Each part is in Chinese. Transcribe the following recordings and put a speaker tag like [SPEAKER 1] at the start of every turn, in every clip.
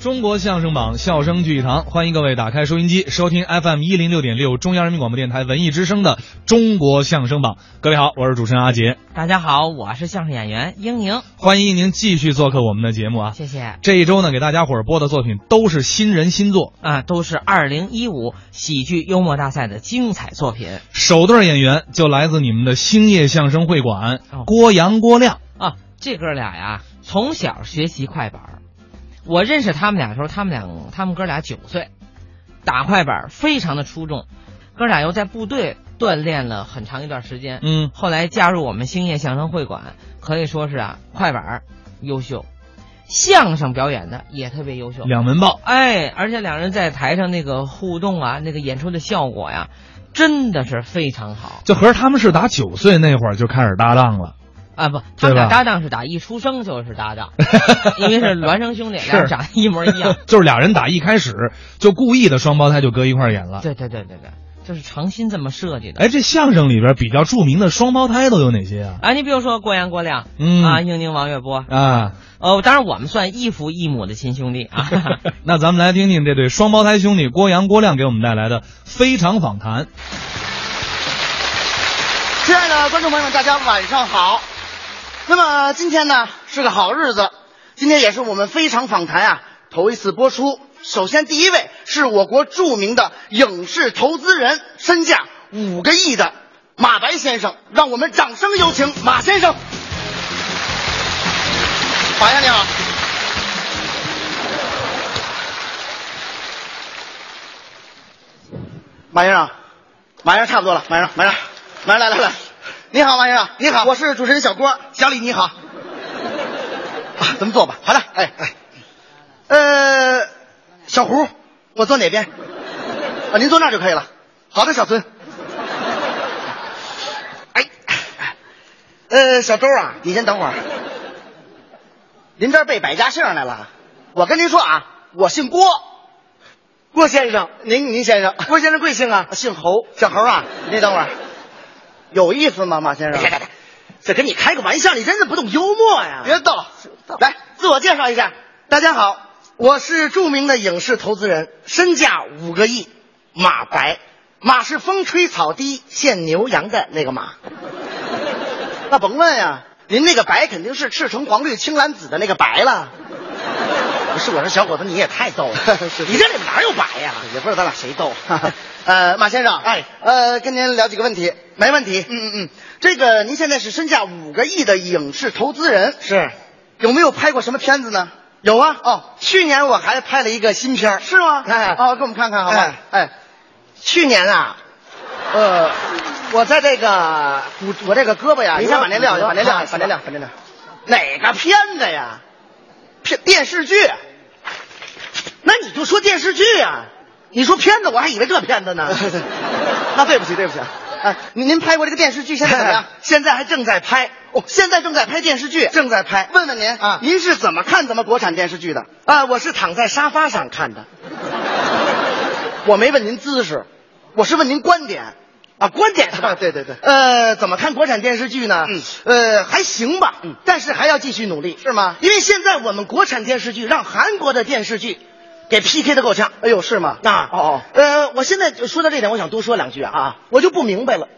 [SPEAKER 1] 中国相声榜，笑声聚一堂，欢迎各位打开收音机收听 FM 一零六点六中央人民广播电台文艺之声的《中国相声榜》。各位好，我是主持人阿杰，
[SPEAKER 2] 大家好，我是相声演员英宁，
[SPEAKER 1] 欢迎您继续做客我们的节目啊！
[SPEAKER 2] 谢谢。
[SPEAKER 1] 这一周呢，给大家伙儿播的作品都是新人新作，
[SPEAKER 2] 啊，都是二零一五喜剧幽默大赛的精彩作品
[SPEAKER 1] 首对演员就来自你们的兴业相声会馆，
[SPEAKER 2] 哦
[SPEAKER 1] 郭阳、郭亮。
[SPEAKER 2] 啊。这哥俩呀，从小学习快板儿。我认识他们俩的时候，他们俩他们哥俩九岁，打快板儿非常的出众。哥俩又在部队锻炼了很长一段时间，
[SPEAKER 1] 嗯，
[SPEAKER 2] 后来加入我们兴业相声会馆，可以说是啊，快板儿优秀，相声表演的也特别优秀。
[SPEAKER 1] 两门爆，
[SPEAKER 2] 哎，而且两人在台上那个互动啊，那个演出的效果呀，真的是非常好
[SPEAKER 1] 就合着他们是打九岁那会儿就开始搭档了。
[SPEAKER 2] 啊！不，他
[SPEAKER 1] 对
[SPEAKER 2] 们
[SPEAKER 1] 吧
[SPEAKER 2] 俩搭档是打一出生就是搭 档，因为是孪生兄弟，
[SPEAKER 1] 是
[SPEAKER 2] 俩人长得一模一 样。
[SPEAKER 1] 就是俩人打一开始就故意的双胞胎就搁一块儿演了。
[SPEAKER 2] 对对对对对，就是诚心这么设计的。
[SPEAKER 1] 哎，这相声里边比较著名的双胞胎都有哪些啊？
[SPEAKER 2] 啊，你比如说郭阳、郭亮、
[SPEAKER 1] 嗯
[SPEAKER 2] 啊，英宁、王月波，
[SPEAKER 1] 啊，
[SPEAKER 2] 哦，当然我们算异父异母的亲兄弟啊。
[SPEAKER 1] 那咱们来听听这对双胞胎兄弟郭阳、郭亮给我们带来的非常访谈。
[SPEAKER 3] 亲爱的观众朋友们，大家晚上好。那么今天呢是个好日子，今天也是我们非常访谈啊头一次播出。首先第一位是我国著名的影视投资人，身价五个亿的马白先生，让我们掌声有请马先生。马先生你好，马先生，马先生差不多了，马先生，马先生，马上来来来，你好，马先生，你好，我是主持人小郭，小李你好，啊，咱们坐吧，好的，哎哎，呃，小胡，我坐哪边？啊，您坐那儿就可以了。好的，小孙。哎，呃，小周啊，你先等会儿。您这儿背百家姓来了？我跟您说啊，我姓郭。郭先生，您您先生，郭先生贵姓啊？姓侯，小侯啊，你等会儿，有意思吗，马先生？这跟你开个玩笑，你真的不懂幽默呀！别逗了，来自我介绍一下，大家好，我是著名的影视投资人，身价五个亿，马白，马是风吹草低见牛羊的那个马。那甭问呀，您那个白肯定是赤橙黄绿青蓝紫的那个白了。不是，我说小伙子，你也太 逗了，你这里面哪有白呀、也不知道咱俩谁逗。 呃，马先生，哎，呃，跟您聊几个问题，没问题。嗯嗯嗯，这个您现在是身价五个亿的影视投资人，是，有没有拍过什么片子呢？有啊，哦，去年我还拍了一个新片是吗？哎，哦，给我们看看好吗？哎，去年啊，呃，我在这个骨，我这个胳膊呀，你先把那撂下，把那撂下，把那撂下，把那撂下。啊哪个片子呀？片电视剧。那你就说电视剧啊，你说片子，我还以为这片子呢。 那对不起，对不起。哎，您您拍过这个电视剧，现在怎么样？ 现在还正在拍。哦，现在正在拍电视剧，正在拍。问问您啊，您是怎么看咱们国产电视剧的？啊，我是躺在沙发上看的。我没问您姿势，我是问您观点。啊，观点是吧？对对对。呃，怎么看国产电视剧呢？嗯，呃，还行吧，嗯，但是还要继续努力，是吗？因为现在我们国产电视剧让韩国的电视剧给 PK 的够呛。哎呦，是吗？啊，哦哦。呃，我现在就说到这点，我想多说两句啊，啊我就不明白了，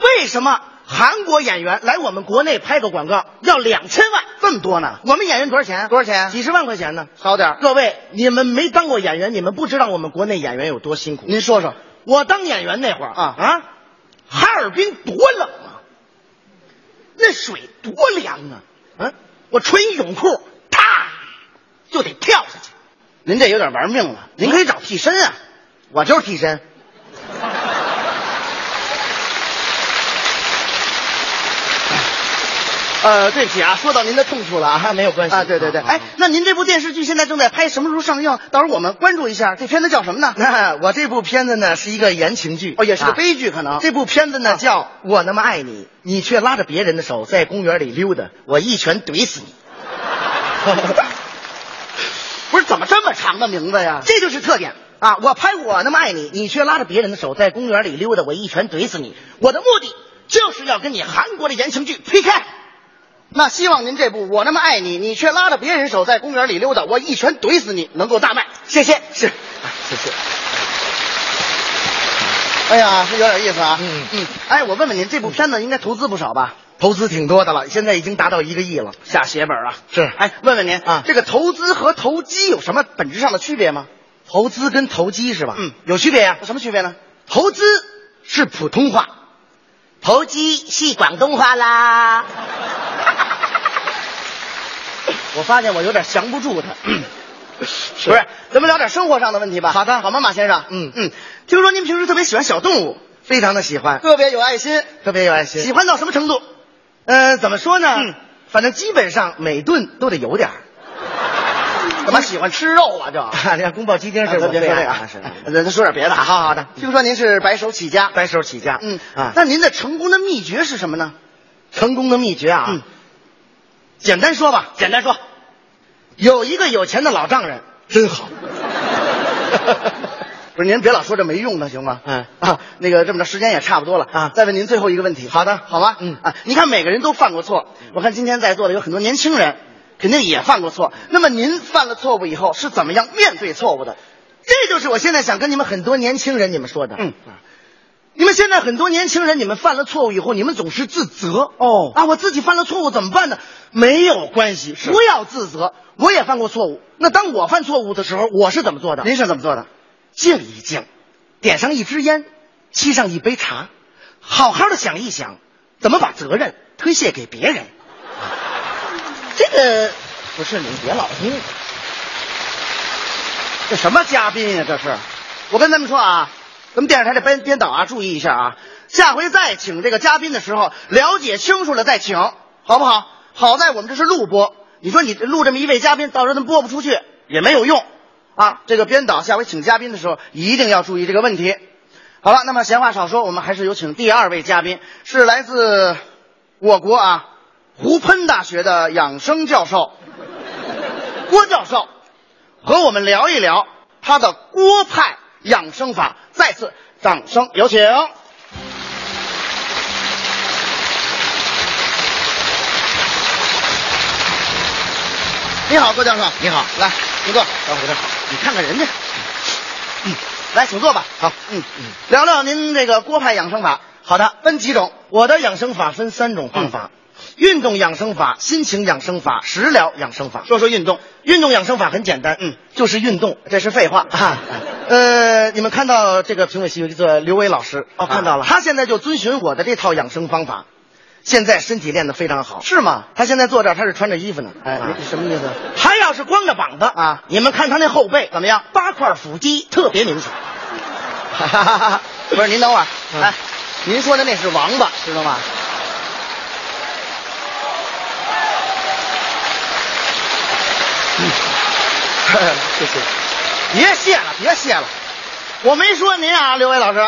[SPEAKER 3] 为什么韩国演员来我们国内拍个广告要两千万，这么多呢？我们演员多少钱？多少钱？几十万块钱呢？好点各位，你们没当过演员，你们不知道我们国内演员有多辛苦。您说说，我当演员那会儿啊啊，哈尔滨多冷啊，那水多凉啊！嗯、我穿一泳裤，啪就得跳下去。您这有点玩命了，您可以找替身啊，我就是替身。呃，对不起啊，说到您的痛处了啊，没有关系啊，对对对，哎，那您这部电视剧现在正在拍，什么时候上映？到时候我们关注一下。这片子叫什么呢？那我这部片子呢是一个言情剧，哦，也是个悲剧，可能。啊这部片子呢叫《我那么爱你》，你却拉着别人的手在公园里溜达，我一拳怼死你。 不是怎么这么长的名字呀？这就是特点啊！我拍我那么爱你，你却拉着别人的手在公园里溜达，我一拳怼死你。我的目的就是要跟你韩国的言情剧 PK。那希望您这部《我那么爱你》，你却拉着别人手在公园里溜达，我一拳怼死你，能够大卖。谢谢，是，啊谢谢。哎呀，是有点意思啊。
[SPEAKER 2] 嗯
[SPEAKER 3] 嗯，哎，我问问您，这部片子应该投资不少吧？投资挺多的了，现在已经达到一个亿了，下血本啊！是，哎，问问您啊，这个投资和投机有什么本质上的区别吗？投资跟投机是吧？嗯，有区别呀、什么区别呢？投资是普通话，投机是广东话啦。我发现我有点降不 住他。不是，咱们聊点生活上的问题吧。好的，好吗，马先生？嗯嗯，听说您平时特别喜欢小动物，非常的喜欢，特别有爱心，特别有爱心，喜欢到什么程度？呃，怎么说呢？反正基本上每顿都得有点 怎么喜欢吃肉啊？ 这，你看宫保鸡丁
[SPEAKER 4] 是我
[SPEAKER 3] 别
[SPEAKER 4] 最
[SPEAKER 3] 说这
[SPEAKER 4] 爱
[SPEAKER 3] 个
[SPEAKER 4] 的
[SPEAKER 3] 啊
[SPEAKER 4] 是，
[SPEAKER 3] 咱咱说点别的。好好的，听说您是白手起家，白手起家，嗯
[SPEAKER 4] 啊
[SPEAKER 3] 那您的成功的秘诀是什么呢？成功的秘诀啊，简单说吧，简单说，有一个有钱的老丈人真好。 不是您别老说这没用的行吗？嗯啊，那个这么着，时间也差不多了啊，再问您最后一个问题。好的，好吗？嗯啊，你看每个人都犯过错，我看今天在座的有很多年轻人，肯定也犯过错。那么您犯了错误以后是怎么样面对错误的？这就是我现在想跟你们很多年轻人你们说的。嗯。你们现在很多年轻人，你们犯了错误以后，你们总是自责哦啊，我自己犯了错误怎么办呢？没有关系，不要自责。我也犯过错误，那当我犯错误的时候，我是怎么做的？您是怎么做的？静一静，点上一支烟，沏上一杯茶，好好的想一想，怎么把责任推卸给别人。 这个不是你别老听。这什么嘉宾呀、这是，我跟他们说啊，咱们电视台的编编导啊，注意一下啊，下回再请这个嘉宾的时候，了解清楚了再请，好不好？好在我们这是录播，你说你录这么一位嘉宾，到时候他们播不出去也没有用啊。这个编导下回请嘉宾的时候一定要注意这个问题。好了，那么闲话少说，我们还是有请第二位嘉宾，是来自我国啊湖喷大学的养生教授郭教授。和我们聊一聊他的郭派养生法。再次掌声有请。你好，郭教授。你好，来，请坐。等会儿，等会儿你看看人家。嗯，来，请坐吧。好，嗯嗯，聊聊您这个郭派养生法。好的，分几种？我的养生法分三种方法。运动养生法、心情养生法、食疗养生法。说说运动，运动养生法很简单，嗯，就是运动，这是废话啊。 呃，你们看到这个评委席有一个刘伟老师，哦，看到了，他现在就遵循我的这套养生方法，现在身体练得非常好，是吗？他现在坐这儿，他是穿着衣服呢，哎，你什么意思？他要是光着膀子啊，你们看他那后背怎么样？八块腹肌特别明显。哈哈哈哈！ 不是，您等会儿，哎，您说的那是王八，知道吗？谢谢。别谢了，别谢了，我没说您啊，刘伟老 师，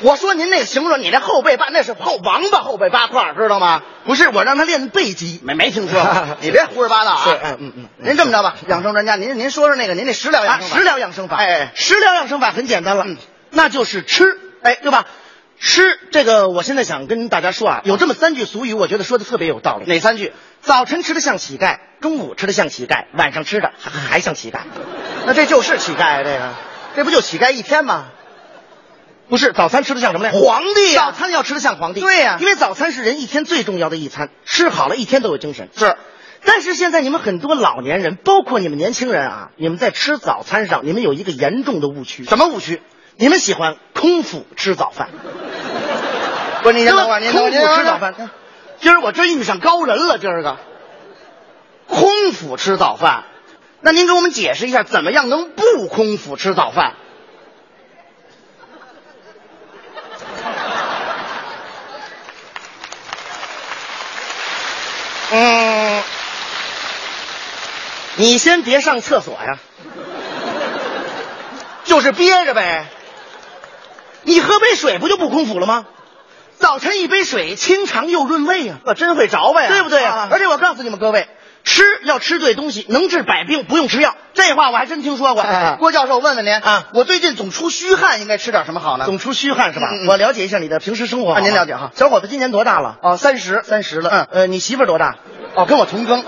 [SPEAKER 3] 我说您那形容你那后背八那是后王八后背八块，知道吗？不是，我让他练背肌，没没 听说过，你别胡说八道啊。
[SPEAKER 4] 是嗯嗯嗯
[SPEAKER 3] 您这么着吧，养生专家，您您说说那个您那食疗养生法，
[SPEAKER 4] 啊食疗
[SPEAKER 3] 养生法，嗯哎，食疗养生法很简单了，那就是吃，哎，对吧？吃这个，我现在想跟大家说啊，有这么三句俗语，我觉得说的特别有道理。哪三句？早晨吃的像乞丐，中午吃的像乞丐，晚上吃的还还像乞丐。那这就是乞丐啊，这个，这不就乞丐一天吗？不是早餐吃的像什么呀？皇帝呀、早餐要吃的像皇帝。对呀、因为早餐是人一天最重要的一餐，吃好了一天都有精神。是，但是现在你们很多老年人，包括你们年轻人啊，你们在吃早餐上，你们有一个严重的误区。什么误区？你们喜欢空腹吃早饭。 不是，您先等会儿，您空腹吃早饭。今儿我真遇上高人了，今儿个空腹吃早饭。那您给我们解释一下，怎么样能不空腹吃早饭？嗯，你先别上厕所呀，就是憋着呗。你喝杯水不就不空腹了吗？早晨一杯水，清肠又润胃啊！我真会着吧呀，对不对
[SPEAKER 4] 啊
[SPEAKER 3] 而且我告诉你们各位，吃要吃对东西，能治百病，不用吃药。这话我还真听说过。
[SPEAKER 4] 哎
[SPEAKER 3] 郭教授，我问问您
[SPEAKER 4] 啊
[SPEAKER 3] 我最近总出虚汗，应该吃点什么好呢？
[SPEAKER 4] 总出虚汗是吧？
[SPEAKER 3] 嗯嗯
[SPEAKER 4] 我了解一下你的平时生活好吗。
[SPEAKER 3] 啊您了解哈
[SPEAKER 4] 小伙子今年多大了？
[SPEAKER 3] 哦，三十，
[SPEAKER 4] 三十了。
[SPEAKER 3] 嗯
[SPEAKER 4] 呃，你媳妇儿多大？
[SPEAKER 3] 哦，跟我同庚，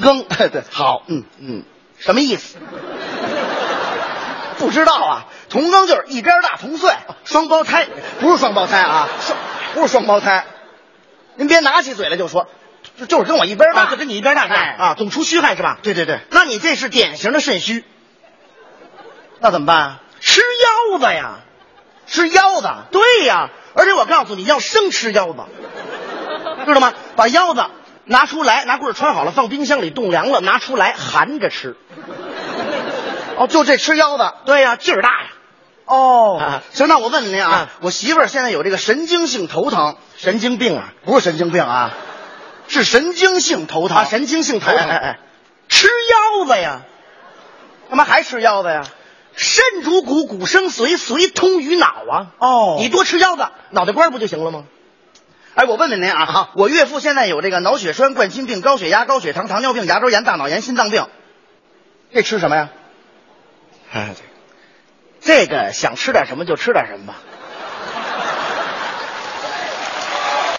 [SPEAKER 3] 庚，对，好，嗯嗯，什么意思？不知道啊，同庚就是一边大同岁，双胞胎，不是双胞胎啊，双不是双胞胎，您别拿起嘴来就说，就就是跟我一边大，
[SPEAKER 4] 啊就跟你一边大是吧
[SPEAKER 3] 哎啊，总出虚汗是吧？对对对，
[SPEAKER 4] 那你这是典型的肾虚，
[SPEAKER 3] 那怎么办啊？
[SPEAKER 4] 吃腰子呀。
[SPEAKER 3] 吃腰子，
[SPEAKER 4] 对呀，而且我告诉你要生吃腰 子，知道吗？把腰子拿出来，拿棍儿穿好了，放冰箱里冻凉了，拿出来含着吃。
[SPEAKER 3] 哦，就这吃腰子，
[SPEAKER 4] 对呀，劲儿大呀。
[SPEAKER 3] 哦
[SPEAKER 4] 啊
[SPEAKER 3] 行，那我问问您啊，
[SPEAKER 4] 啊
[SPEAKER 3] 我媳妇儿现在有这个神经性头疼，神经病啊，不是神经病啊，是神经性头疼
[SPEAKER 4] 啊神经性头疼
[SPEAKER 3] 哎哎哎，
[SPEAKER 4] 吃腰子呀，
[SPEAKER 3] 干嘛还吃腰子呀？
[SPEAKER 4] 肾主骨，骨生髓，髓通于脑啊。
[SPEAKER 3] 哦
[SPEAKER 4] 你多吃腰子，脑袋瓜儿不就行了吗？
[SPEAKER 3] 哎，我问问您啊，
[SPEAKER 4] 啊
[SPEAKER 3] 我岳父现在有这个脑血栓、冠心病、高血压、高血糖、糖尿病、牙周炎、大脑炎、心脏病，这吃什么呀？
[SPEAKER 4] 哎，
[SPEAKER 3] 这个想吃点什么就吃点什么吧。